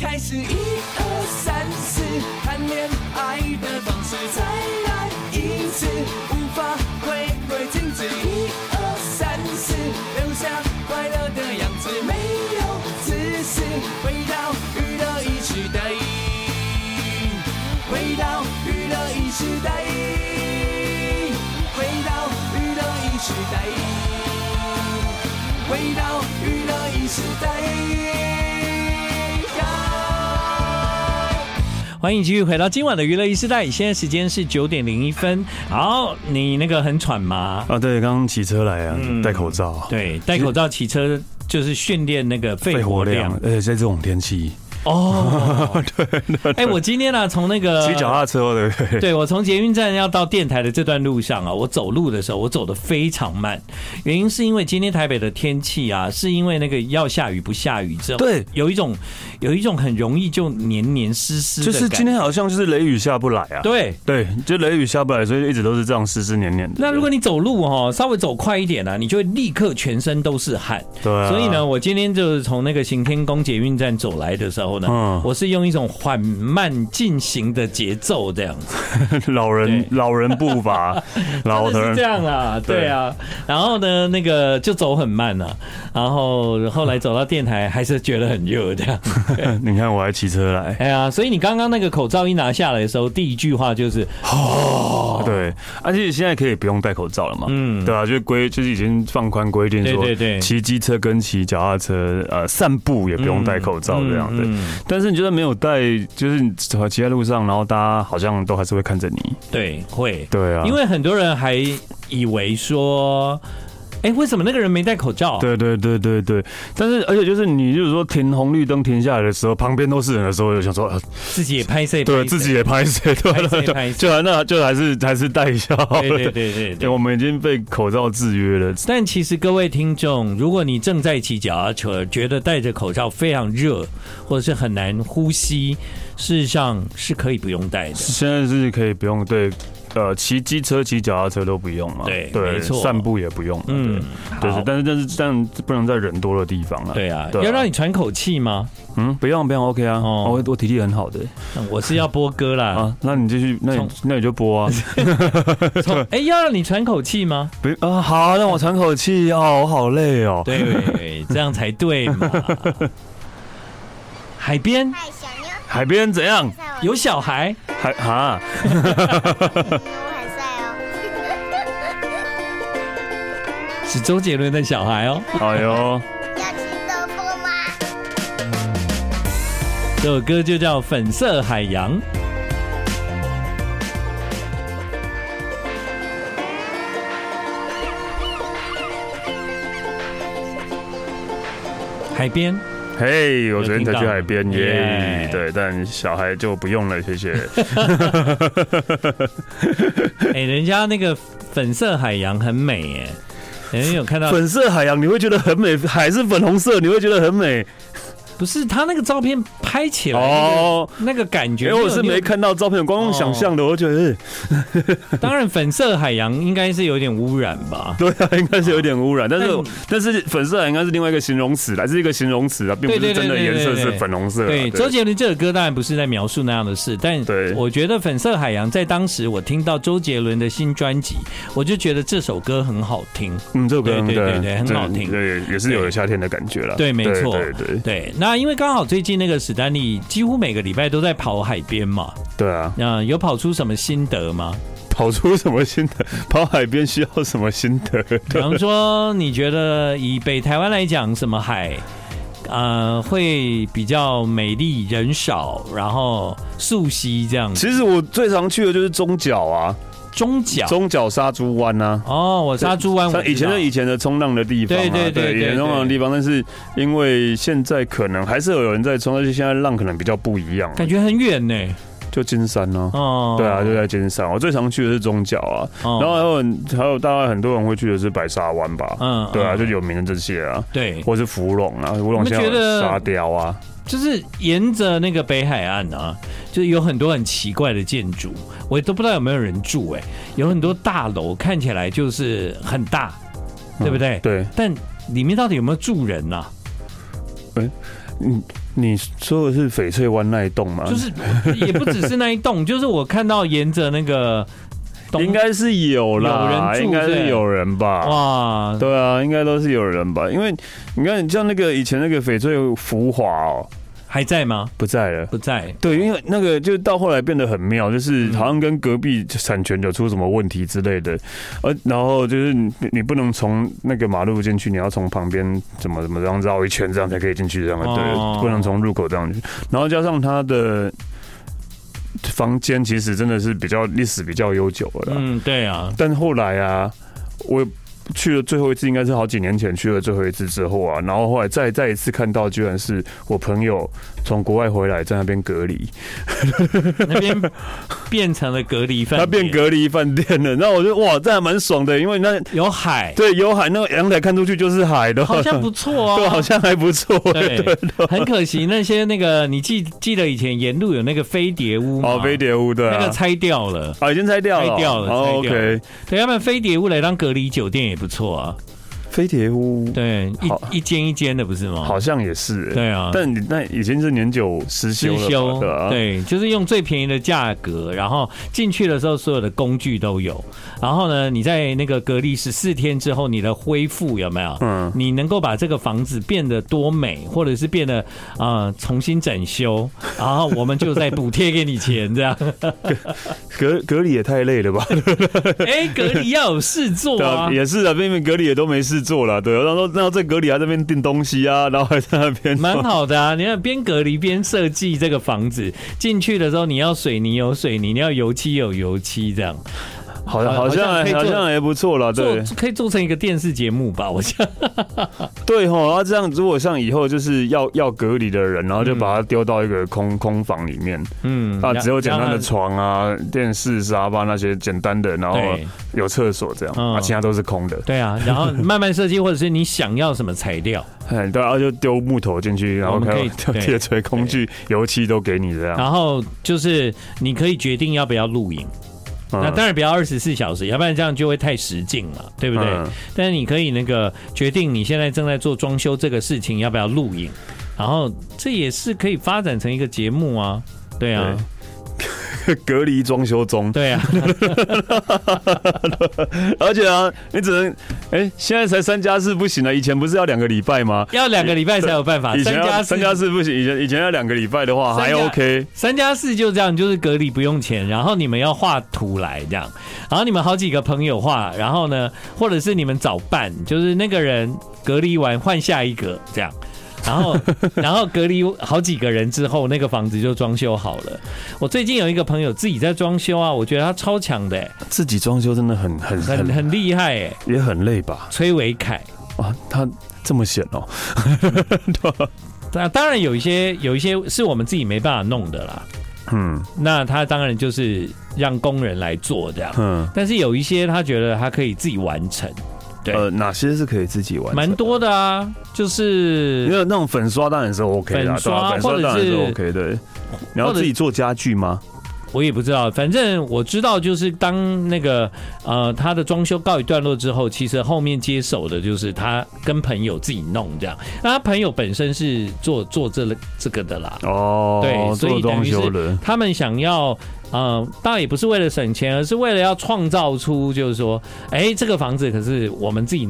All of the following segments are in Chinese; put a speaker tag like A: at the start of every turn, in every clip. A: 开始，一二三四，谈恋爱的方式，再来一次，无法回归静止，一二三四，留下快乐的样子，没有自私，回到娱乐一时代，回到娱乐一时代，回到娱乐一时代。回到娱乐一时代。
B: 欢迎继续回到今晚的娱乐一时代，现在时间是九点零一分。好，你那个很喘吗？
C: 啊，对，刚刚骑车来啊，戴口罩，
B: 嗯对，戴口罩骑车就是训练那个肺
C: 肺
B: 活
C: 活量
B: 量，
C: 而且在哎这种天气，
B: 哦。对，哎，我今天呢、从那个
C: 骑脚踏车对不对？
B: 呃对我从捷运站要到电台的这段路上啊，我走路的时候我走得非常慢，原因是因为今天台北的天气啊，是因为那个要下雨不下雨之后，
C: 对
B: 有一种有一种很容易就黏黏湿湿的
C: 就
B: 感觉，
C: 是今天好像就是雷雨下不来啊。
B: 对。
C: 对，就雷雨下不来，所以一直都是这样湿湿黏黏的。
B: 那如果你走路哦，稍微走快一点啊，你就会立刻全身都是汗。
C: 对啊
B: 所以呢，我今天就是从那个行天宫捷运站走来的时候呢，
C: 嗯
B: 我是用一种缓慢进行的节奏这样子。
C: 老人老人步伐，老
B: 真的
C: 人
B: 是这样啦，对啊。然后呢，那个就走很慢啊，然后后来走到电台，还是觉得很热这 样。
C: 你看我还骑车来，
B: 哎呀，所以你刚刚那个口罩一拿下来的时候，第一句话就是哦
C: 对，而且现在可以不用戴口罩了嘛，嗯，对啊，就规就是已经放宽规定说，
B: 对对对
C: 骑机车跟骑脚踏车，呃，散步也不
B: 嗯
C: 用戴口罩这样对。但是你觉得没有戴，就是你走骑在路上，然后大家好像都还是会看着你，
B: 对，会，
C: 对啊，
B: 因为很多人还以为说，哎，为什么那个人没戴口罩？
C: 对对对对对，但是而且就是你就是说停红绿灯停下来的时候，旁边都是人的时候，就想说，呃
B: 自己也拍摄，
C: 对
B: 拍摄
C: 自己也拍谁，对
B: 拍谁
C: 对
B: 拍谁
C: 对，就还那就还是还是戴一下好
B: 对对对
C: 了。
B: 对
C: 对，
B: 对。
C: 我们已经被口罩制约了。
B: 但其实各位听众，如果你正在骑脚踏车，觉得戴着口罩非常热，或者是很难呼吸，事实上是可以不用戴的。
C: 现在是可以不用对，呃，骑机车、骑脚踏车都不用嘛，
B: 对没
C: 对，
B: 错
C: 散步也不用，
B: 嗯
C: 嗯，对，
B: 好
C: 但是但是但不能在人多的地方了，
B: 对啊，
C: 对啊
B: 要让你喘口气吗？
C: 嗯，不用不用，OK 啊，
B: 哦
C: 哦、我我体力很好的
B: 嗯我是要播歌啦，
C: 啊，那你继续，那你那你就 播啊，
B: 从 哎、要让你喘口气吗？
C: 不啊，好啊，让我喘口气哦，我好累哦，
B: 对， 这样才对 嘛。海边
D: 嗨，小妞，
C: 海边怎样？
D: 在我
B: 有小孩，
C: 海啊，
D: 我很帅哦。
B: 是周杰伦的小孩哦。
C: 哎 呦，
D: 要吃豆腐吗？
B: 这首歌就叫《粉色海洋》。海边，
C: 嘿，我昨天才
B: 有听
C: 去
B: 到
C: 海边
B: 耶
C: 耶，对，但小孩就不用了，谢谢，
B: 哎、人家那个粉色海洋很美哎，人家有看到，
C: 粉色海洋你会觉得很美，海是粉红色，你会觉得很美
B: 不是他那个照片拍起来、哦，
C: 哦。
B: 那个感觉，
C: 因为我是没。看到照片，光用想象
B: 哦
C: 的，我觉得嗯
B: 当然，粉色海洋应该是有点污染吧？
C: 对啊，应该是有点污染。但是
B: 但
C: 但是粉色啊应该是另外一个形容词啦，是一个形容词啊，并不
B: 对对
C: 是真的
B: 对对
C: 颜色
B: 对
C: 是
B: 对
C: 粉红色啊啦。
B: 对，周杰伦这首歌当然不是在描述那样的事，但
C: 对
B: 我觉得《粉色海洋》在当时我听到周杰伦的新专辑，我就觉得这首歌很好听。
C: 嗯，这首歌
B: 对对对对很
C: 这
B: 好听
C: 对，也是有了夏天的感觉了。
B: 对，没错，
C: 对对
B: 对。那因为刚好最近那个史丹利几乎每个礼拜都在跑海边嘛，
C: 对啊！
B: 那、有跑出什么心得 吗？
C: 跑出什么心得？ 跑海边需要什么心 得？
B: 比方说，你觉得以北台湾来讲，什么海，呃，会比较美丽、人少，然后溯溪这样子，
C: 其实我最常去的就是中角啊，
B: 中角。
C: 中角沙猪湾啊。
B: 哦，我杀猪湾，我
C: 像以前
B: 知道
C: 的以前的冲浪的地方、啊，
B: 对对对对
C: 以前冲浪的地方，但是因为现在可能还是有人在冲，但是现在浪可能比较不一样，
B: 感觉很远呢。
C: 就金山呢、
B: 哦，
C: 对啊，就在金山。我最常去的是中角啊，
B: 哦
C: 然后还有很还有大概很多人会去的是白沙湾吧，
B: 嗯
C: 嗯，对啊，
B: 嗯
C: 就有名的这些啊，
B: 对，
C: 或是芙蓉啊，芙蓉
B: 你们
C: 现在
B: 觉得
C: 有沙雕啊，
B: 就是沿着那个北海岸啊，就是有很多很奇怪的建筑，我都不知道有没有人住哎、有很多大楼看起来就是很大，对不对？
C: 嗯对，
B: 啊但里面到底有没有住人呐、
C: 嗯，你说的是翡翠湾那一栋吗？
B: 就是 也不只是那一栋，就是我看到沿着那个东
C: 应该是有啦，
B: 有人住
C: 应该是有人吧。
B: 哇，
C: 对啊，应该都是有人吧，因为你看，像那个以前那个翡翠浮华哦，
B: 还在吗？
C: 不在了。
B: 不嗯在，
C: 对，因为那个就到后来变得很妙，就是好像跟隔壁产权有出什么问题之类的，呃，然后就是你你不能从那个马路进去，你要从旁边怎么怎么这样绕一圈，这样才可以进去，这样啊
B: 哦
C: 对，不能从入口这样去。然后加上它的房间其实真的是比较历史比较悠久了啦，
B: 嗯，对啊，
C: 但后来啊，我去了最后一次，应该是好几年前去了最后一次之后啊，然后后来再再一次看到，居然是我朋友从国外回来，在那边隔离，
B: 那边 变成了隔离饭店，
C: 他变隔离饭店了。那我就哇，这还蛮爽的，因为那
B: 有海，
C: 对有海，那个阳台看出去就是海的，
B: 好 像不错
C: 对，好
B: 哦。
C: 像还不错。对
B: 对，很可惜那些那个，你记记得以前沿路有那个飞碟屋吗
C: 哦，飞碟屋对
B: 那个
C: 啊，
B: 拆掉了，
C: 啊，已经拆掉了哦，
B: 拆掉了拆掉
C: 哦
B: 了
C: OK，
B: 对，要不然飞碟屋来当隔离酒店也不错啊。
C: 飞碟屋
B: 对，
C: 好
B: 一一间一间的不是吗？
C: 好像也是，
B: 啊
C: 欸
B: 对啊
C: 但你那已经是年久失修
B: 失
C: 了
B: 修
C: 吧，对啊，
B: 对，就是用最便宜的价格，然后进去的时候所有的工具都有，然后呢，你在那个隔离十四天之后，你的恢复有没有？
C: 嗯
B: 你能够把这个房子变得多美，或者是变得呃重新整 修，然后我们就再补贴给你钱这样。
C: 隔隔离也太累了吧？
B: 哎、隔离要有事做
C: 对
B: 啊
C: 啊，。也是啊，因为隔离也都没事做了，对、啊，然后然后在隔离还在那边订东西啊，然后还在那边
B: 蛮好的啊！你看，边隔离边设计这个房子，进去的时候你要水泥有水泥，你要油漆有油漆，这样
C: 好像
B: 好
C: 好
B: 像
C: 像
B: 可以做
C: 还好像还不错啦，
B: 做
C: 对
B: 可以做成一个电视节目吧？我想。
C: 对吼，然啊后这样如果像以后就是要要隔离的人，然后就把他丢到一个空、空房里面，
B: 嗯
C: 啊，只有简单
B: 让
C: 的
B: 它
C: 床啊、电视、沙发那些简单的，然后
B: 对
C: 有厕所这样，
B: 嗯
C: 啊，其他都是空的，
B: 对啊，然 后慢慢设计，或者是你想要什么材料，
C: 哎，对，然后就丢木头进去，然
B: 我
C: 后
B: 们
C: 还
B: 可
C: 有
B: 以对
C: 铁锤、工具、油漆都给你这样，
B: 然后就是你可以决定要不要露营。那
C: 嗯
B: 当然不要二十四小时，要不然这样就会太实境了，对不对？
C: 嗯
B: 但是你可以那个决定你现在正在做装修这个事情要不要露营，然后这也是可以发展成一个节目啊。对啊，
C: 隔离装修中。
B: 对 啊，
C: 而且啊，你只能，哎、现在才三加四不行了，啊以前不是要两个礼拜吗？
B: 要两个礼拜才有办法。
C: 以前
B: 啊三
C: 要
B: 加
C: 三
B: 四，
C: 加四不行，以前以前要两个礼拜的话还
B: 三加
C: OK，
B: 三加四就这样，就是隔离不用钱，然后你们要画图来这样，然后你们好几个朋友画，然后呢，或者是你们找伴，就是那个人隔离完换下一个这样。然后， 然后隔离好几个人之后，那个房子就装修好了。我最近有一个朋友自己在装修啊，我觉得他超强的、欸，
C: 自己装修真的很很
B: 很
C: 很
B: 很厉害、欸，
C: 也很累吧？
B: 崔维凯。
C: 啊，他这么闲哦、
B: 那当然有一些有一些是我们自己没办法弄的啦，
C: 嗯
B: 那他当然就是让工人来做这样。
C: 嗯，
B: 但是有一些他觉得他可以自己完成，对
C: 呃，哪些是可以自己玩？
B: 蛮多的啊，就
C: 因
B: 是
C: 为那种粉刷当然是 OK 的啊，
B: 粉刷
C: 对啊粉刷当然是
B: 或者是
C: OK 的。你要
B: 或者
C: 自己做家具吗？
B: 我也不知道，反正我知道就是当那个呃他的装修告一段落之后，其实后面接手的就是他跟朋友自己弄这样，那他朋友本身是做做这这个的啦，
C: 哦，
B: 对所
C: 做
B: 以等
C: 装
B: 于是
C: 修的，
B: 他们想要，呃，倒也不是为了省钱，而是为了要创造出，就是说，哎、这个房子可是我们自己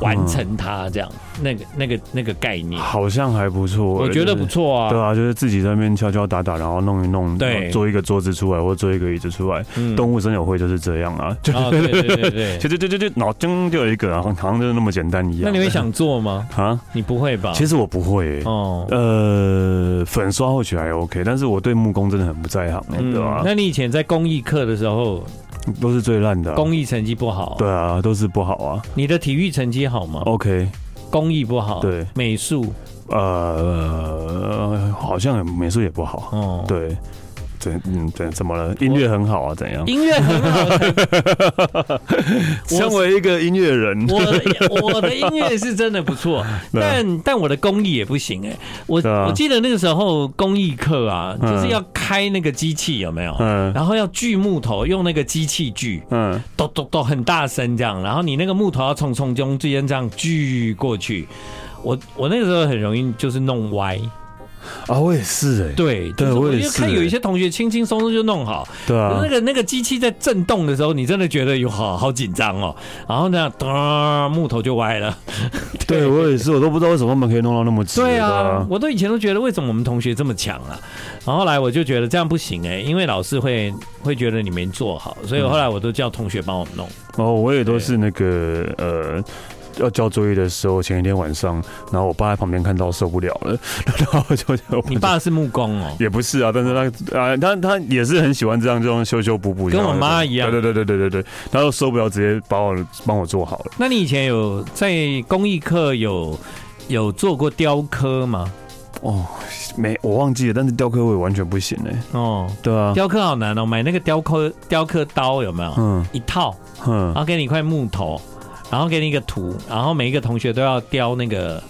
B: 完成它，这样、那个那个那个概念，
C: 好像还不错、
B: 我觉得
C: 就是
B: 不错啊。
C: 对啊，就是自己在那边敲敲打打，然后弄一弄，
B: 对
C: 做一个桌子出来或做一个椅子出来。
B: 嗯
C: 动物森友会就是这样啊，就
B: 啊，对对对对。
C: 就就就就就脑筋就有一个，然后好像就是那么简单一
B: 那
C: 样。
B: 你会想做吗？
C: 啊？
B: 你不会吧？
C: 其实我不会、欸。
B: 哦，
C: 呃，粉刷或许还 OK，但是我对木工真的很不在行、欸，对吧、
B: 嗯那你以前在公益课的时候，
C: 都是最烂的啊、
B: 公益成绩不好，
C: 对啊，都是不好啊。
B: 你的体育成绩好吗？
C: OK，
B: 公益不好，
C: 对
B: 美术，
C: 呃，好像美术也不好。
B: 哦，，
C: 对，怎嗯怎怎么了？音乐很好啊，怎样？
B: 音乐很好，
C: 身为一个音乐人，
B: 我的我的音乐是真的不错，
C: 对啊
B: 但但我的工艺也不行哎、我、
C: 对啊
B: 我记得那个时候工艺课啊，
C: 嗯
B: 就是要开那个机器有没有？
C: 嗯
B: 然后要锯木头，用那个机器锯，
C: 嗯，
B: 咚咚咚很大声这样，然后你那个木头要从从中之间这样锯过去。我我那个时候很容易就是弄歪，
C: 啊，我也是哎、
B: 对，就
C: 对
B: 是
C: 我也
B: 就是看有
C: 欸
B: 一些同学轻轻松松就弄好，
C: 对啊
B: 那，个那个机器在震动的时候，你真的觉得有好好紧张哦。然后呢，咚，木头就歪了。
C: 对我也是，我都不知道为什么他们可以弄到那么直。
B: 对啊，，我都以前都觉得为什么我们同学这么强啊？然后后来我就觉得这样不行哎、因为老师会会觉得你没做好，所以
C: 嗯
B: 后来我都叫同学帮我弄。
C: 哦，我也都是那个呃。要交作业的时候，前一天晚上，然后我爸在旁边看到受不了了，然后就就
B: 你爸是木工哦、
C: 也不是啊，但是他啊，他他也是很喜欢这样这种修修补补，
B: 跟我妈一样
C: 对对对对对对对，他都受不了，直接把我帮我做好了。
B: 那你以前有在工艺课有有做过雕刻吗？
C: 哦，没我忘记了，但是雕刻我也完全不行哎、
B: 哦，
C: 对啊，
B: 雕刻好难哦、买那个雕刻雕刻刀有没有？
C: 嗯
B: 一套，
C: 哼
B: 然，后给你一块木头，然后给你一个图，然后每一个同学都要雕那个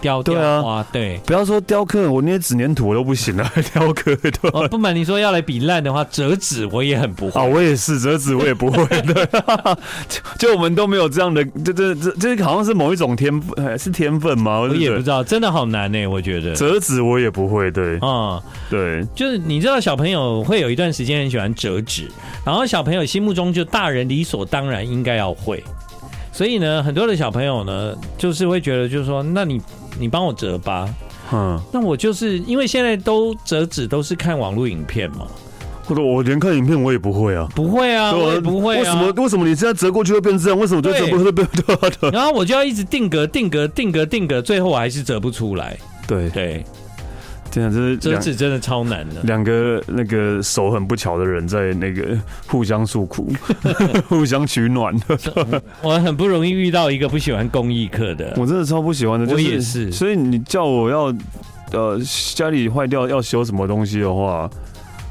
B: 雕
C: 对
B: 雕
C: 啊
B: 花，对。
C: 不要说雕刻，我捏纸粘土我都不行啊， 雕刻对吧
B: 哦，不瞒你说，要来比烂的话，折纸我也很不
C: 啊，
B: 会。
C: 我也是折纸，我也不会的 就，就我们都没有这样的，这这这这好像是某一种天分，呃是天分吗？
B: 我
C: 我
B: 哦也不知道，
C: 道。
B: 真的好难呢、欸我觉得。
C: 折纸我也不会，对
B: 啊、
C: 对，
B: 就是你知道小朋友会有一段时间很喜欢折纸，然后小朋友心目中就大人理所当然应该要会，所以呢，很多的小朋友呢，就是会觉得就是说，那你你帮我折吧，
C: 嗯，
B: 那我就是因为现在都折纸都是看网络影片嘛，
C: 或者我连看影片我也不会啊，
B: 不会啊，
C: 对啊
B: 我也不会啊，
C: 为什么为什么你这样折过去会变这样？为什么就折不会变对啊对啊
B: 然后我就要一直定格、定格、定格、定格，最后我还是折不出来。
C: 对，
B: 对，
C: 这样就是
B: 折
C: 两
B: 纸真的超难的。
C: 两个那个手很不巧的人在那个互相诉苦， 互相取暖。
B: 我很不容易遇到一个不喜欢工艺课的。
C: 我真的超不喜欢的，
B: 我
C: 就
B: 也是
C: 所以你叫我要，呃，家里坏掉要修什么东西的话，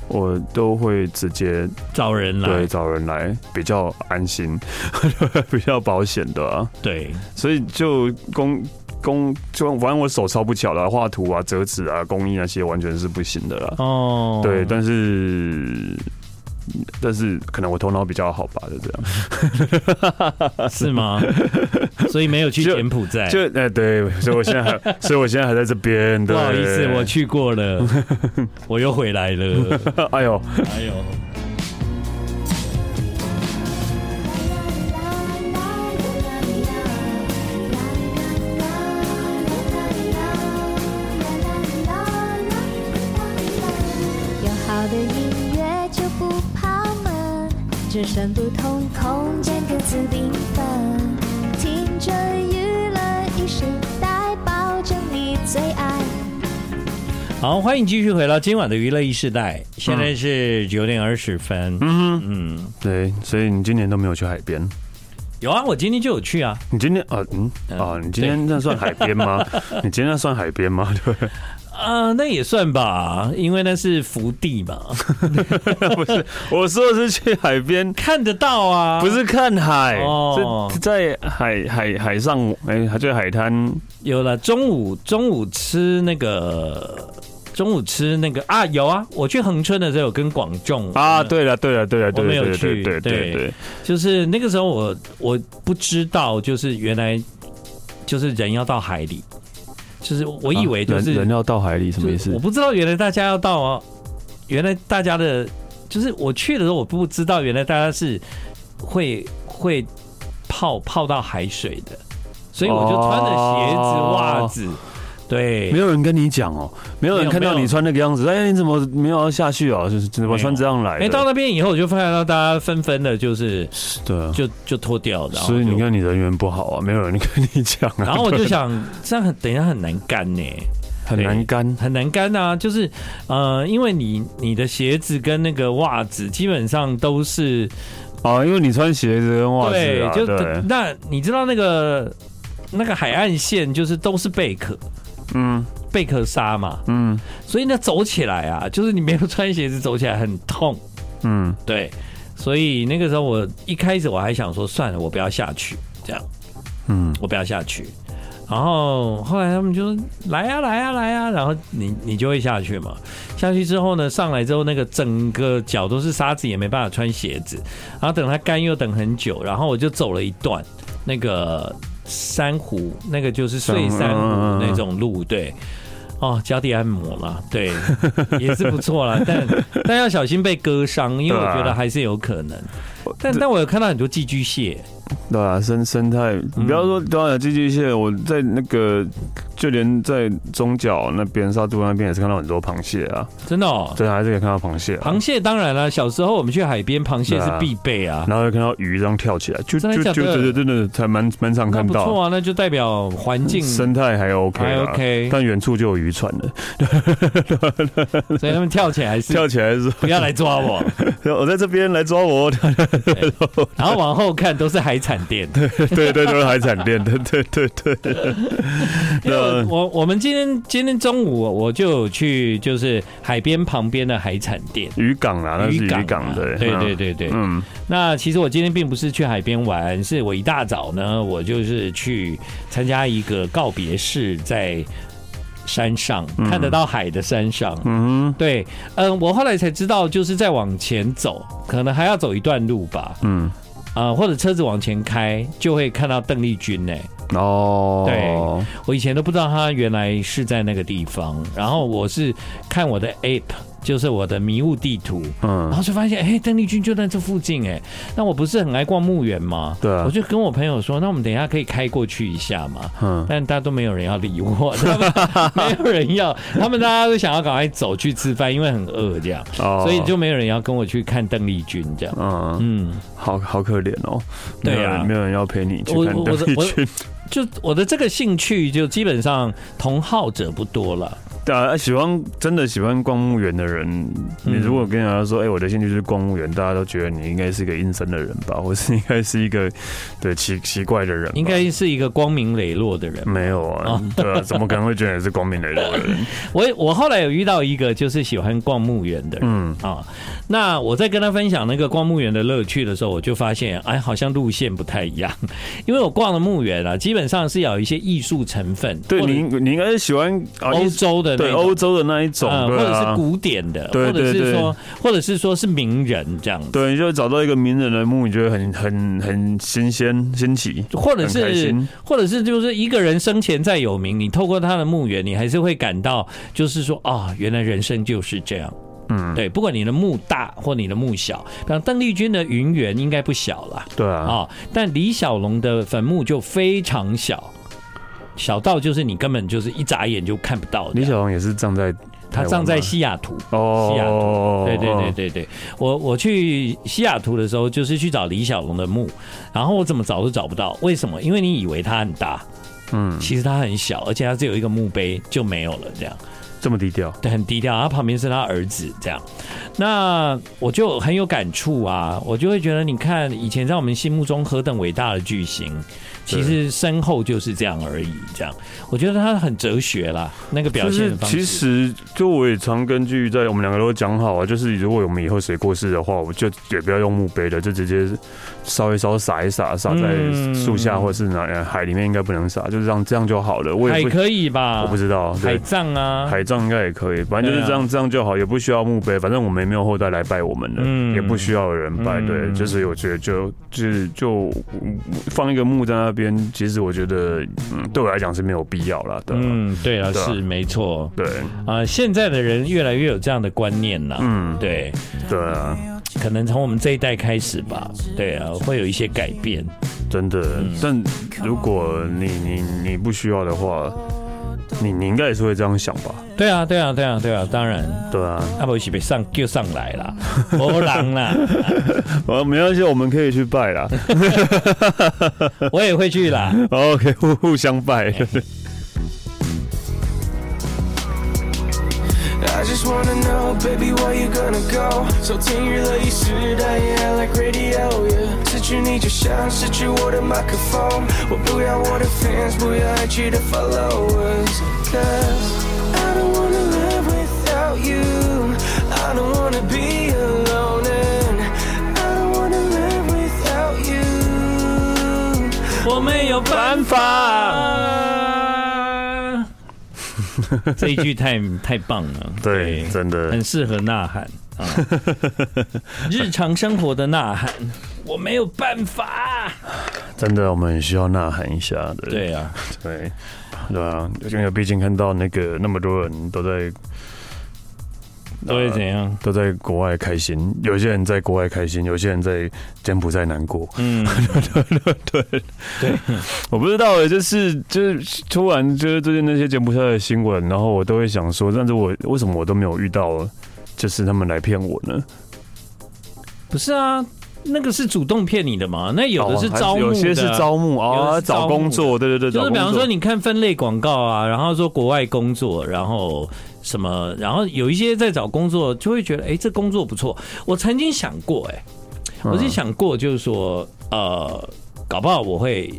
C: 我都会直接
B: 找人
C: 对
B: 来，
C: 找人来，比较安心， 比较保险的、啊。
B: 对，
C: 所以就工工就反正我手超不巧的啊、画图啊、折纸啊、工艺那些完全是不行的啦。
B: 哦，
C: 对，但是。但是可能我头脑比较好吧，就这样。
B: 是吗？ 所以没有去
C: 就
B: 柬埔寨。
C: 就哎、对，所以我现 在还，所以我现在还在这边。
B: 不
C: 对
B: 好意思，我去过 了，我又回来了。
C: 哎呦，
B: 哎呦，
E: 有好的音乐就不怕闷，只身不同空间各自缤纷，听着娱乐一时代，保证你最爱。
B: 好，欢迎继续回到今晚的娱乐一世代，现在是九点二十分。
C: 嗯哼，
B: 嗯，
C: 对，所以你今年都没有去海边。
B: 有啊，我今天就有去啊。
C: 你今天啊，嗯
B: 嗯
C: 啊，你今天那算海边吗？你今天那算海边吗？对，
B: 啊、那也算吧，因为那是福地嘛，
C: 不是，我说的是去海边，
B: 看得到啊。
C: 不是看海，
B: 哦
C: 是在海海海上，哎，还在海滩。
B: 有了，中午中午吃那个，中午吃那个啊，有啊，我去恒春的时候有跟广众
C: 啊，，对了，对了，对了，
B: 我
C: 对
B: 没有
C: 了，对
B: 去
C: 了对了对
B: 对
C: 对对，
B: 就是那个时候我我不知道，就是原来就是人要到海里，就是我以为就
C: 啊
B: 是、
C: 人人要到海里什么意
B: 就
C: 思
B: 我？不知道原来大家要到啊，原来大家的，就是我去的时候我不知道原来大家是会会泡泡到海水的，所以我就穿着鞋子
C: 哦
B: 袜子，对，
C: 没有人跟你讲哦，没有
B: 没有
C: 人看到
B: 没有
C: 你穿那个样子，哎，你怎么没有要下去啊？就是怎么穿这样来
B: 哎、到
C: 的？
B: 那边以后，我就发现到大家纷纷的，就是
C: 对啊，
B: 就就脱掉，然后
C: 所以你
B: 就，
C: 看你人缘不好啊，没有人跟你讲啊，
B: 然后我就
C: 对
B: 想，这样很等一下很难干呢、
C: 很难干。
B: 很难干啊，就是呃，因为你你的鞋子跟那个袜子基本上都是
C: 啊，因为你穿鞋子跟袜子啊，
B: 就
C: 对，
B: 那你知道那个那个海岸线就是都是贝壳
C: 嗯
B: 贝壳沙嘛，
C: 嗯
B: 所以呢走起来啊，就是你没有穿鞋子走起来很痛，
C: 嗯，
B: 对，所以那个时候我一开始我还想说算了，我不要下去这样。
C: 嗯，
B: 我不要下去。然后后来他们就说来呀、来呀、啊来呀、然后你你就会下去嘛。下去之后呢，上来之后那个整个脚都是沙子，也没办法穿鞋子。然后等它干又等很久，然后我就走了一段那个珊瑚，那个就是碎
C: 珊瑚
B: 珊瑚
C: 嗯嗯嗯
B: 那种路，对。哦，脚底按摩啦，对， 也是不错啦，但但要小心被割伤，因为我
C: 对啊
B: 觉得还是有可能。但但我有看到很多寄居蟹，
C: 对啊，生生态，你不要
B: 嗯
C: 说啊当然寄居蟹，我在那个就连在中角那边、沙都那边也是看到很多螃蟹啊，
B: 真的哦。
C: 对，还是可以看到螃蟹、啊，
B: 螃蟹当然了，小时候我们去海边，螃蟹是必备啊。
C: 然后又看到鱼这样跳起来，就
B: 真的
C: 就就
B: 假的
C: 真的真的才蛮蛮常
B: 那
C: 看
B: 不
C: 到，
B: 错啊，那就代表环境， 所
C: 生态还 OK，
B: 还
C: 啦
B: OK
C: 但远处就有渔船了，
B: 以他们跳起来是
C: 跳起来是
B: 不要来抓我。
C: 我哦在这边来抓我，
B: 然后往后看都是海产店。
C: 对对，都是海产店，对对对对，啊
B: 因为我
C: 那
B: 我我们今天今天中午我就有去就是海边旁边的海产店。
C: 渔港啊，那是渔港
B: 啊
C: 的，
B: 对
C: 嗯
B: 对对对。
C: 嗯，
B: 那其实我今天并不是去海边玩，是我一大早呢，我就是去参加一个告别式，在山上、看得到海的山上。
C: 嗯
B: 对，嗯，我后来才知道，就是再往前走，可能还要走一段路吧，
C: 哼嗯，
B: 啊、或者车子往前开，就会看到邓丽君呢、
C: 哦，
B: 对我以前都不知道他原来是在那个地方，然后我是看我的 app，就是我的迷雾地图，然
C: 嗯，
B: 后就发现哎，邓丽君就在这附近哎，那我不是很爱逛墓园吗？
C: 对啊
B: 我就跟我朋友说，那我们等一下可以开过去一下嘛。
C: 嗯，
B: 但大家都没有人要理我，他们 没有人要，他们大家都想要赶快走去吃饭，因为很饿这样，
C: 哦
B: 所以就没有人要跟我去看邓丽君这样。
C: 嗯，
B: 嗯，
C: 好好可怜哦，
B: 对啊
C: 没有人没有人要陪你去
B: 我
C: 看
B: 我
C: 邓丽
B: 我
C: 君，
B: 就我的这个兴趣，就基本上同好者不多了。
C: 对啊，喜欢真的喜欢逛墓园的人，
B: 嗯
C: 你如果跟人家说，哎、我的兴趣就是逛墓园，大家都觉得你应该是一个阴森的人吧， 或是应该是一个对奇奇怪的人吧，
B: 应该是哦一个光明磊落的人。
C: 没有啊，对啊，怎么可能会觉得你是光明磊落的 人？
B: 我我后来有遇到一个就是喜欢逛墓园的人。
C: 嗯，
B: 啊，那我在跟他分享那个逛墓园的乐趣的时候，我就发现，哎，好像路线不太一样，因为我逛的墓园啊，基本上是要有一些艺术成分，
C: 对
B: 或者
C: 你你应该是喜欢啊
B: 欧
C: 一
B: 洲的那
C: 对
B: 种
C: 欧洲的那一种，
B: 嗯
C: 对
B: 或者是
C: 啊。
B: 古典的，
C: 对
B: 或者
C: 对
B: 是
C: 对
B: 说，或者是说是名人这样子，
C: 对，你就会找到一个名人的墓，你觉得很很很新鲜新奇，
B: 或者
C: 很开
B: 是
C: 心
B: 或者是就是一个人生前再有名，你透过他的墓园，你还是会感到就是说啊、原来人生就是这样。
C: 嗯，
B: 对，不管你的墓大或你的墓小，像邓丽君的云园应该不小啦。
C: 对啊，
B: 啊、但李小龙的坟墓就非常小，小到就是你根本就是一眨眼就看不到的。
C: 李小龙也是葬在
B: 他
C: 台湾
B: 葬在
C: 吗
B: 西雅图。西雅
C: 哦，
B: 对对对
C: 对，
B: 对对，我我去西雅图的时候，就是去找李小龙的墓，然后我怎么找都找不到，为什么？因为你以为它很大，
C: 嗯，
B: 其实它很小，而且它只有一个墓碑就没有了，这样。
C: 这么低调，
B: 对，很低调。他旁边是他儿子这样，那我就很有感触啊，我就会觉得，你看以前在我们心目中何等伟大的巨星，其实身后就是这样而已。这样，我觉得他很哲学啦，那个表现的方式。
C: 其实就我也常根据在我们两个都讲好啊，就是如果我们以后谁过世的话，我就也不要用墓碑了，就直接烧一烧、撒一撒，撒在
B: 嗯
C: 树下或是哪呃海里面，应该不能撒，就是这样这样就好了。我
B: 海
C: 也不
B: 可以吧？
C: 我不知道，
B: 海
C: 对。
B: 葬啊，
C: 海葬应该也可以，反正就是这样，这样就好，也不需要墓碑，反正我们也没有后代来拜我们
B: 嗯
C: 了，也不需要有人拜，
B: 嗯
C: 对，就是我觉得就就是就放一个墓在那边，其实我觉得，嗯，对我来讲是没有必要啦，对啊
B: 嗯，对啊，
C: 对啊
B: 是没错
C: 对，
B: 啊、现在的人越来越有这样的观念啦。
C: 嗯，
B: 对，
C: 对啊。
B: 可能从我们这一代开始吧，对啊，会有一些改变。
C: 真的，但如果你你你不需要的话，你你应该也是会这样想吧？
B: 对啊，对啊，对啊，对啊，当然，
C: 对啊，
B: 啊，不是被上叫上来 啦，无人啦，
C: 呃，没关系，我们可以去拜 啦。
B: 我也会去啦。
C: 哦 OK，互互相拜。
A: I just wanna know, baby, where you gonna go？收听娱乐一时代，I like radio，yeah。失去你就像失去我的麦克风，我不要我的 fans，不要爱去的 followers，cause I don't wanna live without you. I don't wanna be alone and I don't wanna live without you.
B: 我没有办法。 这一句太太棒了，
C: 对，真的
B: 很，适合呐喊 啊，日常生活的呐喊。我没有办法。
C: 真的，我们很需要呐喊一下的。
B: 对啊，
C: 对，对啊，因为毕竟看到那个那么多人都在
B: 都会怎样？
C: 都在国外开心，有些人在国外开心，有些人在柬埔寨难过。
B: 嗯，
C: 我不知道欸，就是就是突然就是最近那些柬埔寨的新闻，然后我都会想说，但是我为什么我都没有遇到，就是他们来骗我呢？
B: 不是啊，那个是主动骗你的嘛？那有的是
C: 哦还
B: 招募的，
C: 有些是招募
B: 有
C: 啊，
B: 的是招募
C: 找工作，对对对，
B: 就是
C: 找
B: 比
C: 工
B: 方
C: 作
B: 说，你看分类广告啊，然后说国外工作，然后什么，然后有一些在找工作，就会觉得哎、诶这工作不错。我曾经想过、诶哎，
C: 嗯
B: 我是想过，就是说，呃，搞不好我会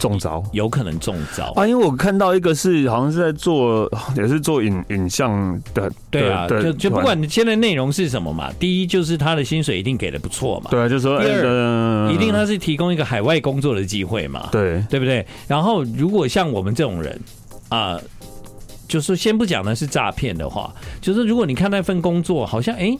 C: 中招。
B: 有可能中招。
C: 啊，因为我看到一个是好像是在做， 也是做影影像的，
B: 对啊，
C: 的
B: 就
C: 的
B: 就不管你签的内容是什么嘛，第一就是他的薪水一定给的不错嘛，
C: 对啊，就说
B: 第二
C: 呃
B: 一定他是提供一个海外工作的机会嘛，
C: 对
B: 对不对？然后如果像我们这种人啊、就是先不讲的是诈骗的话，就是如果你看那份工作，好像哎、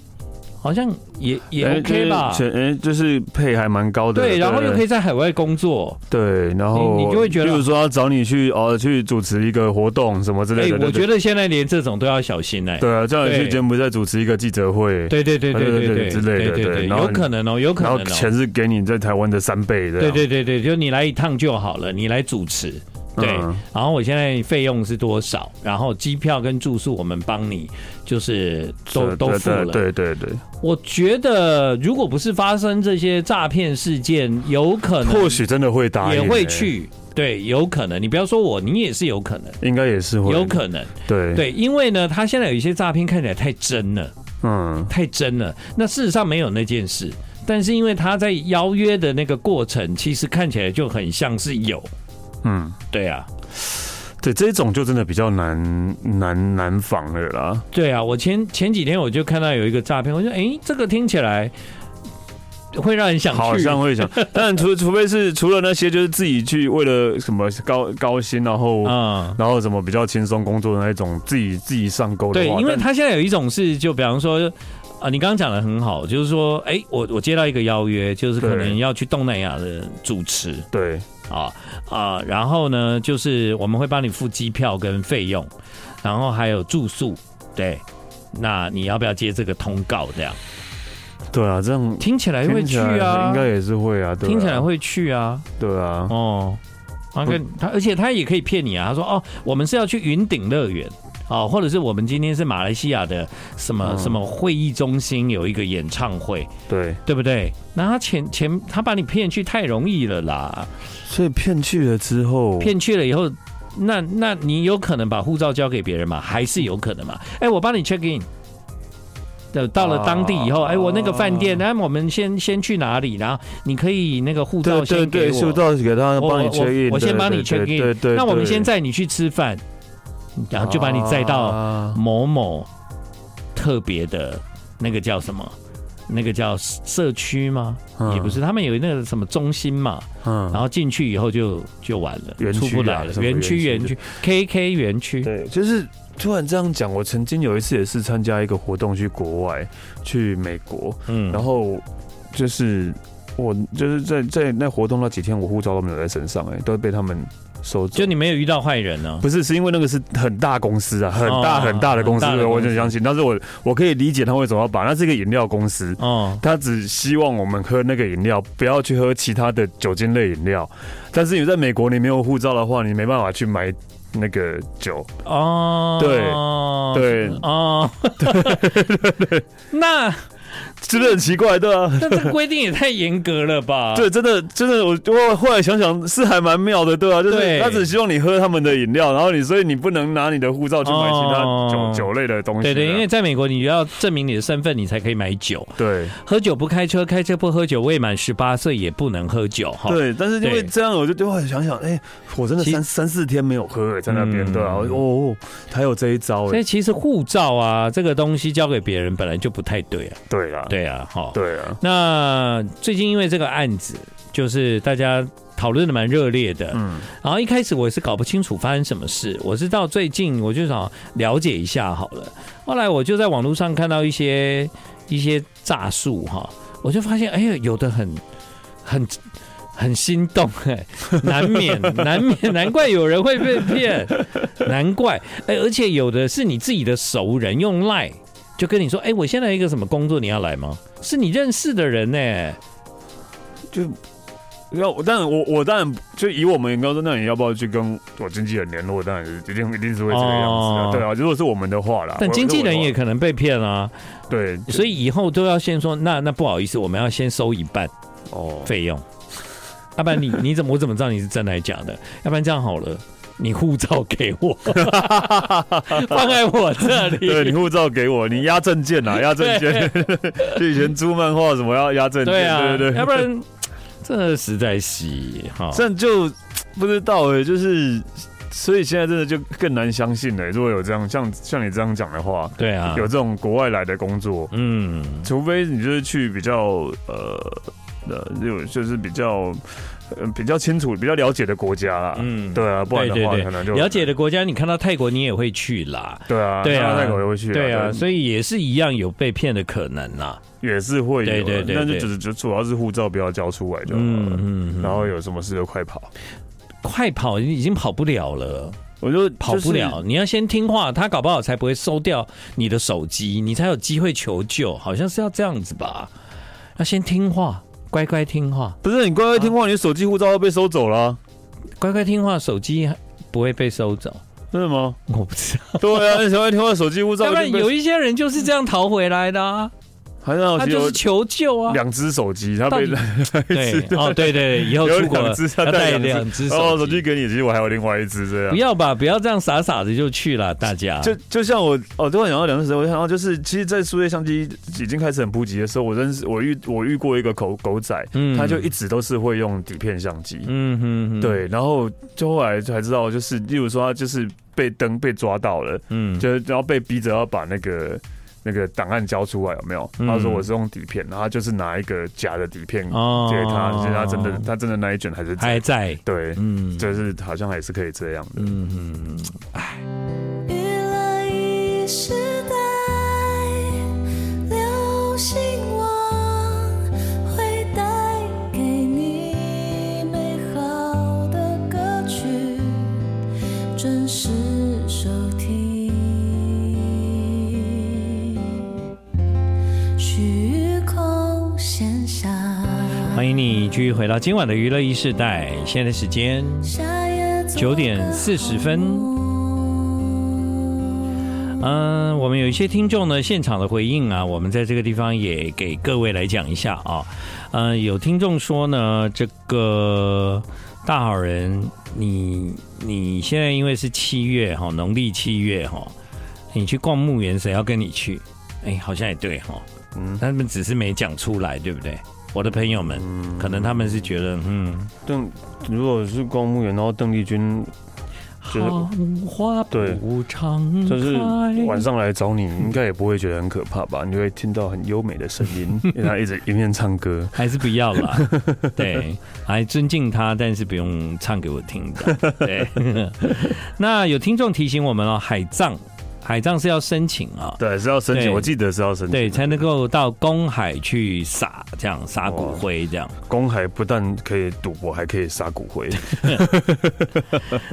B: 好像也也
C: 哎
B: OK 吧
C: 就是。全哎就是配还蛮高的，
B: 对，然后又可以在海外工作。
C: 对，然后
B: 你你就会觉得
C: 比如说要找你去哦去主持一个活动什么之
B: 哎
C: 类，的，
B: 我觉
C: 得
B: 得现在连这种都要小心哎、
C: 对啊，叫你
B: 对
C: 去柬埔寨主持一个记者会，，
B: 对对对对对对
C: 之类的
B: 对对
C: 对
B: 对，
C: 然后
B: 有可能哦，有可
C: 然
B: 能
C: 后
B: 哦。
C: 钱是给你在台湾的三倍的，
B: 对对对对，就你来一趟就好了，你来主持。对，
C: 嗯
B: 然后我现在费用是多少？然后机票跟住宿我们帮你，就是都
C: 对
B: 都
C: 对
B: 付了。
C: 对对对，
B: 我觉得如果不是发生这些诈骗事件，有可能
C: 或许真的会答应，
B: 也会
C: 哎，
B: 去。对，有可能。你不要说我，你也是有可能，
C: 应该也是会，
B: 有可能。
C: 对，
B: 对，因为呢，他现在有一些诈骗看起来太真了。
C: 嗯，
B: 太真了。那事实上没有那件事，但是因为他在邀约的那个过程，其实看起来就很像是有。
C: 嗯，
B: 对啊，
C: 对，这种就真的比较难难难防了啦，
B: 对啊。我前前几天我就看到有一个诈骗，我说，哎、这个听起来会让人想去。
C: 好像 会想，但除除非是除了那些就是自己去为了什么高高薪，然后
B: 嗯，
C: 然后什么比较轻松工作的那种，自己自己上钩的
B: 对
C: 话，，
B: 因为
C: 但
B: 他现在有一种是，就比方说。啊，你刚刚讲的很好，就是说，哎、我我接到一个邀约，就是可能
C: 对
B: 要去东南亚的主持
C: 对
B: 啊啊，然后呢，就是我们会帮你付机票跟费用，然后还有住宿，对。那你要不要接这个通告？这样
C: 对啊，这样
B: 听起来会
C: 听
B: 去
C: 起来
B: 啊，
C: 应该也是会啊，对啊
B: 听起来会去啊，
C: 对啊，
B: 哦，他跟他，而且他也可以骗你啊。他说哦，我们是要去云顶乐园哦，或者是我们今天是马来西亚的什么、
C: 嗯
B: 什么会议中心有一个演唱会，
C: 对，
B: 对不对？那他前前他把你骗去太容易了啦，
C: 所以骗去了之后，
B: 骗去了以后，那那你有可能把护照交给别人吗？还是有可能嘛？哎、我帮你 check in。呃，到了当地以后，
C: 啊
B: 哎、我那个饭店，哎那我们先先去哪里？然后你可以那个护照
C: 对对
B: 先给
C: 对，
B: 我，
C: 修道给他
B: 我
C: 帮你
B: 我
C: check in，
B: 我先
C: 对
B: 帮你
C: 对对
B: check in
C: 对对，
B: 那我们先
C: 在，
B: 载你去吃饭，然后就把你载到
C: 啊
B: 某某特别的那个叫什么？那个叫社区吗？
C: 嗯
B: 也不是，他们有那个什么中心嘛，然
C: 嗯，
B: 后进去以后就就完了，
C: 园区
B: 出
C: 啊
B: 不来了。
C: 什么
B: 园
C: 园
B: 区
C: 区
B: 园区，KK 园区，
C: 对，就是突然这样讲，我曾经有一次也是参加一个活动去国外，去美国，
B: 嗯
C: 然后就是我就是在在那活动那几天，我护照都没有在身上、哎，都被他们收走
B: 就。你没有遇到坏人哦呢、
C: 不是，是因为那个是很大公司啊，很大
B: 哦
C: 很大的公司，
B: 很大的公司
C: 我就相信。但是我我可以理解他为什么要把，那是一个饮料公司，
B: 哦，
C: 他只希望我们喝那个饮料，不要去喝其他的酒精类饮料。但是你在美国，你没有护照的话，你没办法去买那个酒。
B: 哦，
C: 对对
B: 哦， 那
C: 是不是很奇怪？对啊，
B: 那这规定也太严格了吧？
C: 对，真的，真的，我我后来想想是还蛮妙的，对啊，就
B: 对
C: 是他只希望你喝他们的饮料，然后你所以你不能拿你的护照去买其他
B: 哦
C: 酒、酒类的东西啊。
B: 对对，因为在美国，你要证明你的身份，你才可以买酒。
C: 对
B: 喝酒不开车，开车不喝酒，未满十八岁也不能喝酒哈。
C: 对，但是因为
B: 对
C: 这样，我就就会想想，哎，我真的
B: 其实
C: 三三四天没有喝，哎在那边
B: 嗯
C: 对啊，我就哦，还有这一招，
B: 所
C: 哎
B: 以，其实护照啊，这个东西交给别人本来就不太对啊。
C: 对啊，
B: 对啊，哈。
C: 对啊，
B: 那最近因为这个案子，就是大家讨论的蛮热烈的。
C: 嗯，
B: 然后一开始我也是搞不清楚发生什么事，我是到最近我就想了解一下好了。后来我就在网络上看到一些一些诈术哈，我就发现哎呀，有的很很很心动哎、难免 难免，难怪有人会被骗，难怪哎、而且有的是你自己的熟人用赖就跟你说，哎、我现在有一个什么工作，你要来吗？是你认识的人呢、
C: 啊就要，当然我我当然就以我们高中，那你要不要去跟我经纪人联络？当然是一定一定是会这个样子的、
B: 哦
C: 对啊。如果是我们的话啦，
B: 但
C: 我
B: 经纪人
C: 如果
B: 也可能被骗啊，
C: 对，就
B: 所以以后都要先说，那那不好意思，我们要先收一半
C: 哦，
B: 费用，要不然你 你怎么我怎么知道你是真的还是假的？要不然这样好了，你护照给 我，放在我这里，
C: 对你护照给我，你压证件啊，压证件， 就以前租漫画什么要压证件，
B: 对啊，
C: 对对
B: 要不然这实在是哈，
C: 这样就不知道哎、就是所以现在真的就更难相信欸了、如果有这样像像你这样讲的话，
B: 对啊
C: 有，这种国外来的工作，
B: 嗯，
C: 除非你就是去比较呃呃，有就是比较、呃、比较清楚、比较了解的国家啦。
B: 嗯
C: 对啊，不然
B: 对
C: 的
B: 对
C: 话
B: 对
C: 可能就，
B: 了解的国家，你看到泰国你也会去啦，
C: 对啊，
B: 对啊
C: 那泰国也会去、啊，
B: 对啊，所以也是一样有被骗的可能啦，
C: 也是会有啊，
B: 对对对
C: 那就
B: 对
C: 只是就主要是护照不要交出来就好了。
B: 嗯嗯，
C: 然后有什么事就快跑，
B: 快跑已经跑不了了。
C: 我就
B: 跑不了，。你要先听话，他搞不好才不会收掉你的手机，你才有机会求救，好像是要这样子吧？要先听话，乖乖听话，
C: 不是你乖乖听话，你手机护照要被收走了啊、
B: 乖乖听话，手机不会被收走。
C: 真 的吗？
B: 我不知道，
C: 对啊，你小乖听话，手机护照
B: 要不然
C: 一定被
B: 有一些人就是这样逃回来的啊，
C: 还让
B: 他
C: 我
B: 就是
C: 哦有
B: 求救啊。
C: 两只手机，他被
B: 到 对，哦，对对，对以后
C: 有
B: 出国
C: 两只他
B: 要
C: 带
B: 带
C: 两
B: 两只
C: 哦，
B: 手
C: 手
B: 机
C: 机，给你，其实我还有另外一只这样
B: 不。要吧，不要这样傻傻的就去了，大家。
C: 就就像我哦，突然想到两个时候，我想到就是，其实，在数位相机已经开始很普及的时候，我认识我遇我遇过一个狗狗仔，
B: 嗯
C: 他就一直都是会用底片相机，
B: 嗯哼哼，，
C: 对，然后就后来才知道，就是例如说他就是被登被抓到了，
B: 嗯，
C: 就是然后被逼着要把那个那个档案交出来，有没有？
B: 嗯
C: 他说我是用底片，然后他就是拿一个假的底片
B: 哦
C: 给他，就是他真的他真的那一卷还是
B: 还在，
C: 对，
B: 嗯，
C: 就是好像还是可以这样的。
B: 嗯哼。
F: 娱乐一时代，流行网会带给你美好的歌曲，准时收听。虚空闲暇，
B: 欢迎你继续回到今晚的娱乐一世代，现在时间
F: 夏夜做
B: 九点
F: 个
B: 四十分。
F: 梦
B: 嗯，我们有一些听众呢，现场的回应啊，我们在这个地方也给各位来讲一下啊。嗯，有听众说呢，这个大好人，你你现在因为是七月哈，农历七月哈，你去逛墓园，谁要跟你去？哎，好像也对哈，嗯
C: 嗯，
B: 他们只是没讲出来，对不对？我的朋友们，可能他们是觉得，嗯，
C: 邓如果是光墓园，然后邓丽君就是
B: 好花
C: 对
B: 不常
C: 就是
B: 开
C: 晚上来找你，应该也不会觉得很可怕吧？你会听到很优美的声 音，因为她一直一面唱歌。
B: 还是不要 啦。对，还尊敬他，但是不用唱给我听的。对， 那有听众提醒我们哦，海葬，海葬是要申请啊、
C: 对，是要申请，
B: 对
C: 我记得是要申请。
B: 对，才能够到公海去撒，这样撒骨灰这样。
C: 公海不但可以赌博，还可以撒骨 灰。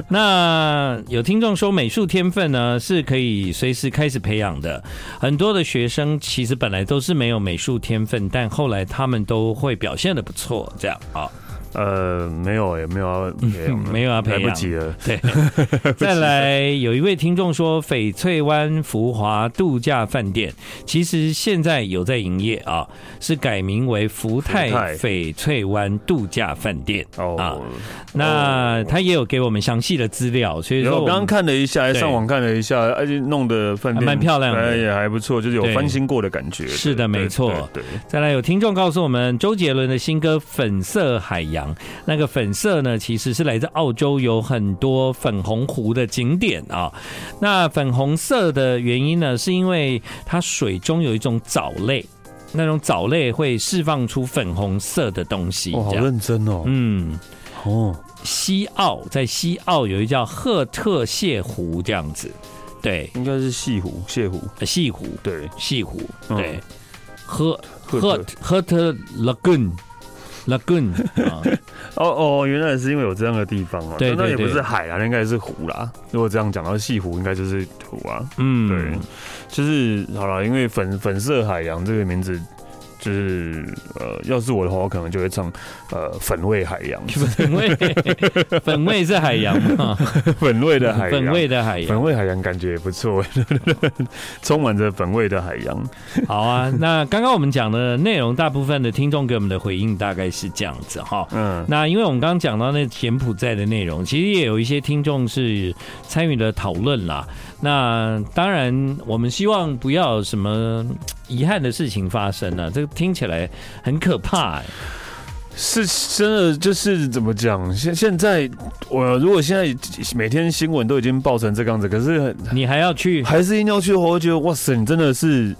B: 那有听众说，美术天分呢是可以随时开始培养的。很多的学生其实本来都是没有美术天分，但后来他们都会表现的不错，这样啊。
C: 呃，没有，也没有要培养了，
B: 嗯 没有要啊培养
C: 嗯来不及了。
B: 对， 再来有一位听众说，翡翠湾福华度假饭店其实现在有在营业啊，是改名为福
C: 福
B: 泰
C: 泰
B: 翡翠湾度假饭店
C: 哦，
B: 啊。那他也有给我们详细的资料，所以
C: 然后
B: 说
C: 我刚刚看了一下，
B: 对
C: 上网看了一下，而且弄的饭店
B: 还蛮漂亮的
C: 哎也还不错，就是有
B: 对
C: 翻新过的感觉。
B: 是的
C: 对
B: 没
C: 对
B: 错
C: 对，对
B: 再来有听众告诉我们，周杰伦的新歌《粉色海洋》，那个粉色呢，其实是来自澳洲有很多粉红湖的景点啊、那粉红色的原因呢，是因为它水中有一种藻类，那种藻类会释放出粉红色的东西。
C: 哇，好
B: 这样，
C: 认真哦。
B: 嗯，
C: 哦，
B: 西澳在西澳有一叫赫特泻湖这样子，对，
C: 应该是西湖，泻湖，
B: 呃西湖，
C: 对，
B: 西湖，
C: 嗯
B: 对，赫
C: 赫
B: 赫
C: 特
B: 赫特 lagoon。 Lagoon 啊，
C: 哦哦，原来是因为有这样的地方啊，
B: 对
C: 那
B: 对
C: 也不
B: 对
C: 是海啦，那应该是湖啦。如果这样讲到西湖，应该就是湖啊。
B: 嗯，
C: 对，就是好了，因为粉粉色海洋这个名字。就是呃，要是我的话，我可能就会唱呃粉味海洋，
B: 粉味，粉味是海洋嘛？
C: 粉味的海洋，
B: 粉味的海
C: 粉
B: 洋。
C: 味海洋感觉也不错， 充满着粉味的海洋。
B: 好啊，那刚刚我们讲的内容，大部分的听众给我们的回应大概是这样子哈。
C: 嗯，
B: 那因为我们刚刚讲到那柬埔寨的内容，其实也有一些听众是参与了讨论啦。那当然，我们希望不要有什么嗯遗憾的事情发生啊，这个听起来很可怕、欸。
C: 是真的，就是怎么讲？现现在我如果现在每天新闻都已经报成这个样子，可是
B: 你还要去？
C: 还是硬要去的话，我会觉得哇塞，你真的是。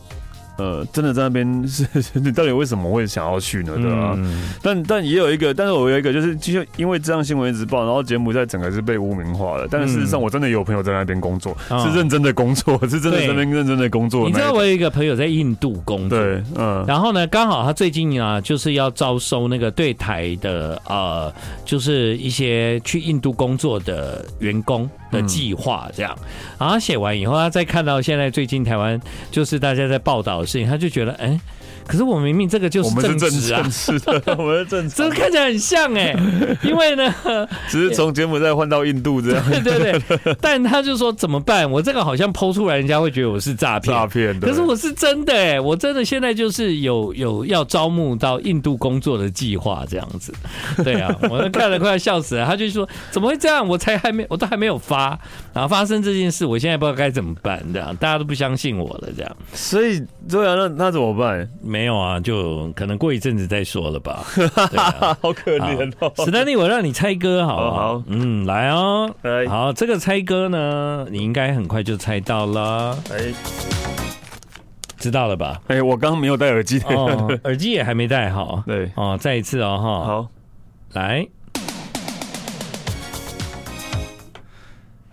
C: 呃，真的在那边 是，你到底为什么会想要去呢？对吧、
B: 嗯，
C: 但但也有一个，但是我有一个，就是就因为这样新闻一直报，然后柬埔寨整个是被污名化了。但是事实上，
B: 嗯
C: 我真的有朋友在那边工作，
B: 啊
C: 是认真的工作， 是真的
B: 对
C: 在那边认真的工作
B: 你
C: 的
B: 知
C: 那
B: 道
C: 一种。
B: 我有一个朋友在印度工作，
C: 对，嗯，
B: 然后呢，刚好他最近啊，就是要招收那个对台的呃，就是一些去印度工作的员工
C: 嗯
B: 的计划这样。然后他写完以后，他再看到现在最近台湾就是大家在报道的事情，他就觉得，哎，可是我明明这个就
C: 我
B: 是
C: 们是
B: 正
C: 正
B: 职啊
C: 正。式的，我 们是正
B: 这个
C: 职，
B: 看起来很像哎、因 为呢，
C: 只是从柬埔寨换到印度这样
B: 对对对，但他就说怎么办？我这个好像剖出来，人家会觉得我是诈骗。
C: 诈骗的。
B: 可是我是真的哎、我真的现在就是有有要招募到印度工作的计划这样子，对啊，我看了快要笑死了。他就说怎么会这样？我才还没，我都还没有发，然后发生这件事，我现在不知道该怎么办，这样大家都不相信我了，这样
C: 所以对啊，那那怎么 办？
B: 没有啊，就可能过一阵子再说了吧。对啊，
C: 好可怜哦。
B: 史丹利，我让你猜歌好不好？
C: 哦好哎
B: 嗯，来哦
C: 来，
B: 好，这个猜歌呢，你应该很快就猜到了，
C: 哎
B: 知道了吧？
C: 哎，我刚刚没有戴耳机。
B: 哦， 耳机也还没戴好。
C: 对，
B: 哦，再一次哦，哈，，
C: 好，
B: 来，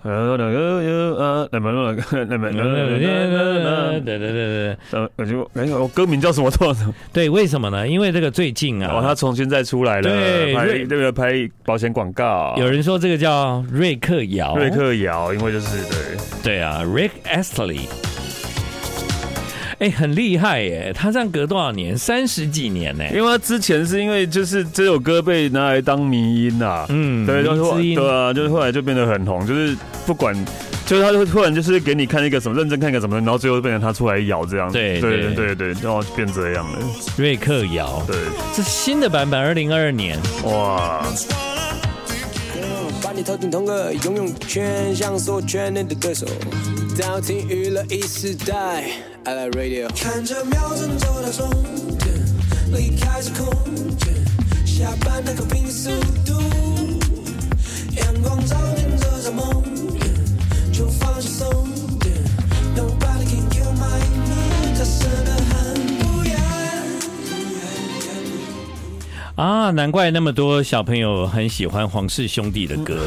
C: 呃，那个呃，那么那个那么
B: 对对
C: 那
B: 对对
C: 么，我就哎，我歌名叫什么？多少？
B: 对，为什么呢？因为这个最近
C: 哦，他
B: 啊，
C: 重新再出来了，
B: 对
C: 拍
B: 瑞
C: 对不对？拍保险广告，
B: 有人说这个叫啊瑞克摇，
C: 瑞克摇，因为就是对，
B: 对啊，Rick Astley。哎，很厉害耶！他这样隔多少年？三十几年呢？
C: 因为他之前是因为就是这首歌被拿来当迷音啊，
B: 嗯
C: 对，就是后
B: 迷之音
C: 对啊，就是后来就变得很红，就是不管。就是他就会突然就是给你看一个什么认真看一个什么，然后最后变成他出来咬这样，
B: 对
C: 对
B: 对
C: 对对对，然后变这样了，
B: 瑞克摇，
C: 对，
B: 这新的版本，二零二二年。
C: 哇，
A: 把你头顶同个游泳圈，像所有圈内的对手。道听娱乐一时代，I like radio。看着秒针走到终点，离开这空间，下班的空瓶速度，阳光照进这张梦魇，就放下松点，Nobody can kill my mood，这真的很不一样。
B: 啊，难怪那么多小朋友很喜欢黄氏兄弟的 歌，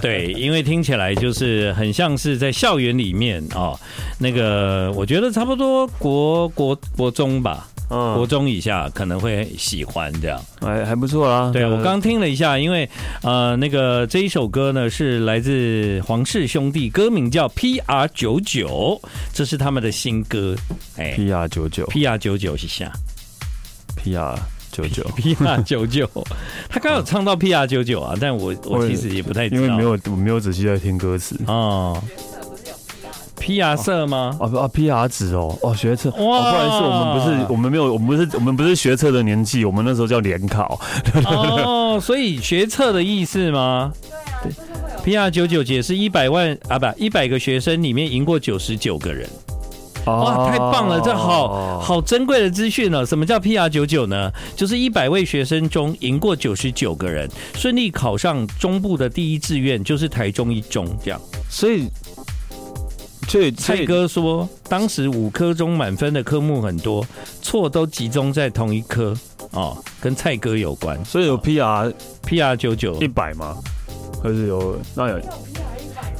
B: 对，因为听起来就是很像是在校园里面哦。那个，我觉得差不多国国国中吧，国
C: 嗯，
B: 中以下可能会喜欢这样。
C: 还还不错啊，
B: 对
C: 啊，
B: 我刚听了一下，因为呃，那个这一首歌呢是来自黄氏兄弟，歌名叫 P R 九九，这是他们的新歌，哎
C: P R 九九
B: ，P R 九九是下。
C: P R 九九，
B: P R 九九，他刚有唱到 P R 九九啊，但我我
C: 我
B: 其实也不太知道，
C: 因为没有我没有仔细在听歌词，
B: 哦。P R 色吗？
C: 哦不啊，P R 值哦，哦学测，
B: 哇
C: 哦，不然是我们不是我们没有我们不是我们不是学测的年纪，我们那时候叫联考，
B: 哦，所以学测的意思吗？对。P R 九九解释一百万啊，不，一百个学生里面赢过九十九个人，哇，
C: 啊
B: 太棒了！这好
C: 哦，
B: 好珍贵的资讯哦。什么叫 P R 九九呢？就是一百位学生中赢过九十九个人，顺利考上中部的第一志愿，就是台中一中这样。
C: 所以所以
B: 蔡
C: 这个
B: 哥说，当时五科中满分的科目很多，错都集中在同一科哦，跟蔡哥有关。
C: 所以有 P R
B: PR 九九
C: 一百吗？还是有那有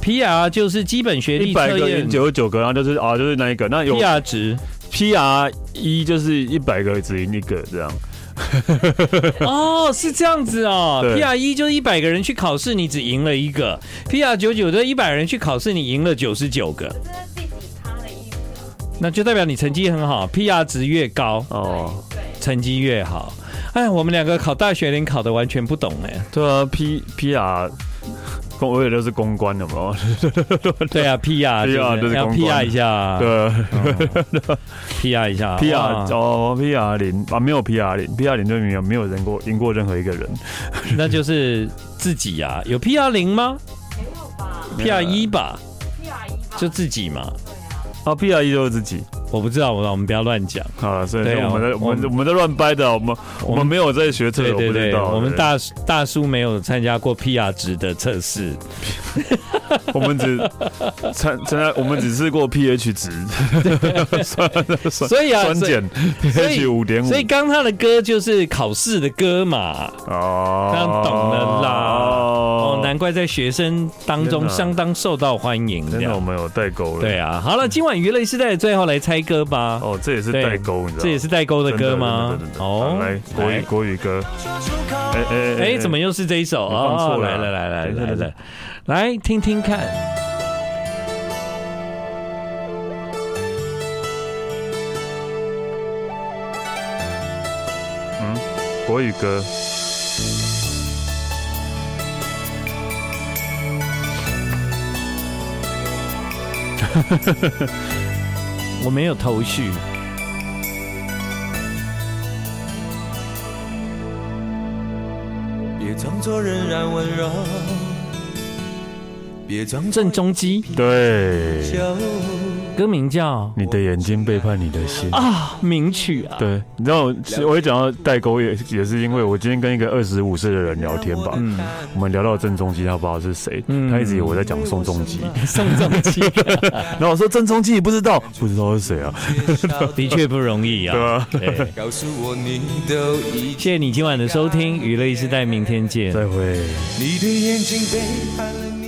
B: ，PR 就是基本学
C: 一
B: 历
C: 百
B: 测
C: 个
B: 验
C: 赢九十九个，然后就是 啊就是那一个，那有
B: ，PR 值
C: P R 一就是一百个只赢一个这样。
B: 哦，是这样子哦。
C: 对
B: PR 一就是一百个人去考试，你只赢了一个；PR 九九就是一百人去考试，你赢了九十九个。那就代表你成绩很好，PR 值越高，
C: 哦，
B: 成绩越好。哎，我们两个考大学连考的完全不懂哎。
C: 对啊，P P R 公我也都是公关的嘛，
B: 对啊，PR 就
C: PR 就是
B: 要
C: 公关
B: PR 一下啊
C: 对
B: ，PR 一下啊
C: ，P
B: 哇
C: R 哦 P R 零啊，没有 P R 零，P R 零就没有没有人过赢过任何一个人，
B: 那就是自己啊，有 PR 零吗？没有吧，PR 一吧，PR 一就自己嘛，
C: 啊，P R 一就是自己
B: 我不知道，我不知道我们不要乱讲。
C: 啊，所以
B: 对啊
C: 我们
B: 我
C: 在我们我们在乱掰的啊，我们我们没有在学这
B: 对
C: 个，我
B: 对
C: 不知
B: 对，
C: 道，
B: 我们
C: 对
B: 大大叔没有参加过 PR 值的测试，
C: 我们只参参加，我们只试过 pH 值，酸 酸
B: 所以啊
C: 酸
B: 所以
C: 碱
B: 所以
C: pH 五点五，
B: 所以刚他的歌就是考试的歌嘛，
C: 哦
B: 这样懂了啦。哦
C: 哦，
B: 难怪在学生当中
C: 天哪
B: 相当受到欢迎。这
C: 啊真的我
B: 样
C: 们有代沟了，
B: 对啊，好了，今晚娱乐时代的最后来猜歌吧。
C: 哦，这也是代沟，你知道吗
B: 这也是代沟的
C: 真
B: 歌吗
C: 真的真的真？的
B: 哦
C: 好，来国语
B: 来
C: 国语歌，
A: 说出口。
C: 哎哎
B: 哎，怎么？又是这一首？
C: 你放错
B: 哦
C: 了
B: 来
C: 啊
B: 来来来
C: 等一下
B: 来
C: 等一
B: 来
C: 下，
B: 来听听看。
C: 国语歌，
B: 我没有头绪。
A: 别装作仍然温柔，别装作
B: 郑中基，
C: 对，
A: 旧。
B: 歌名叫
C: 你的眼睛背叛你的心。
B: 啊名曲啊。
C: 对，你知道我，其实我一讲到代沟也也是因为我今天跟一个二十五岁的人聊天吧，
B: 嗯
C: 我们聊到郑中基，他不知道是谁，
B: 嗯
C: 他一直以为我在讲宋仲基，
B: 宋仲基
C: 然后我说郑中基你不知道，不知道是谁啊？
B: 的确不容易
C: 对
B: 啊。
C: 啊，
B: 对，
A: 告诉我你都已经，
B: 谢谢你今晚的收听，娱乐一时代，明天见。
C: 再会。
A: 你的眼睛背叛了你。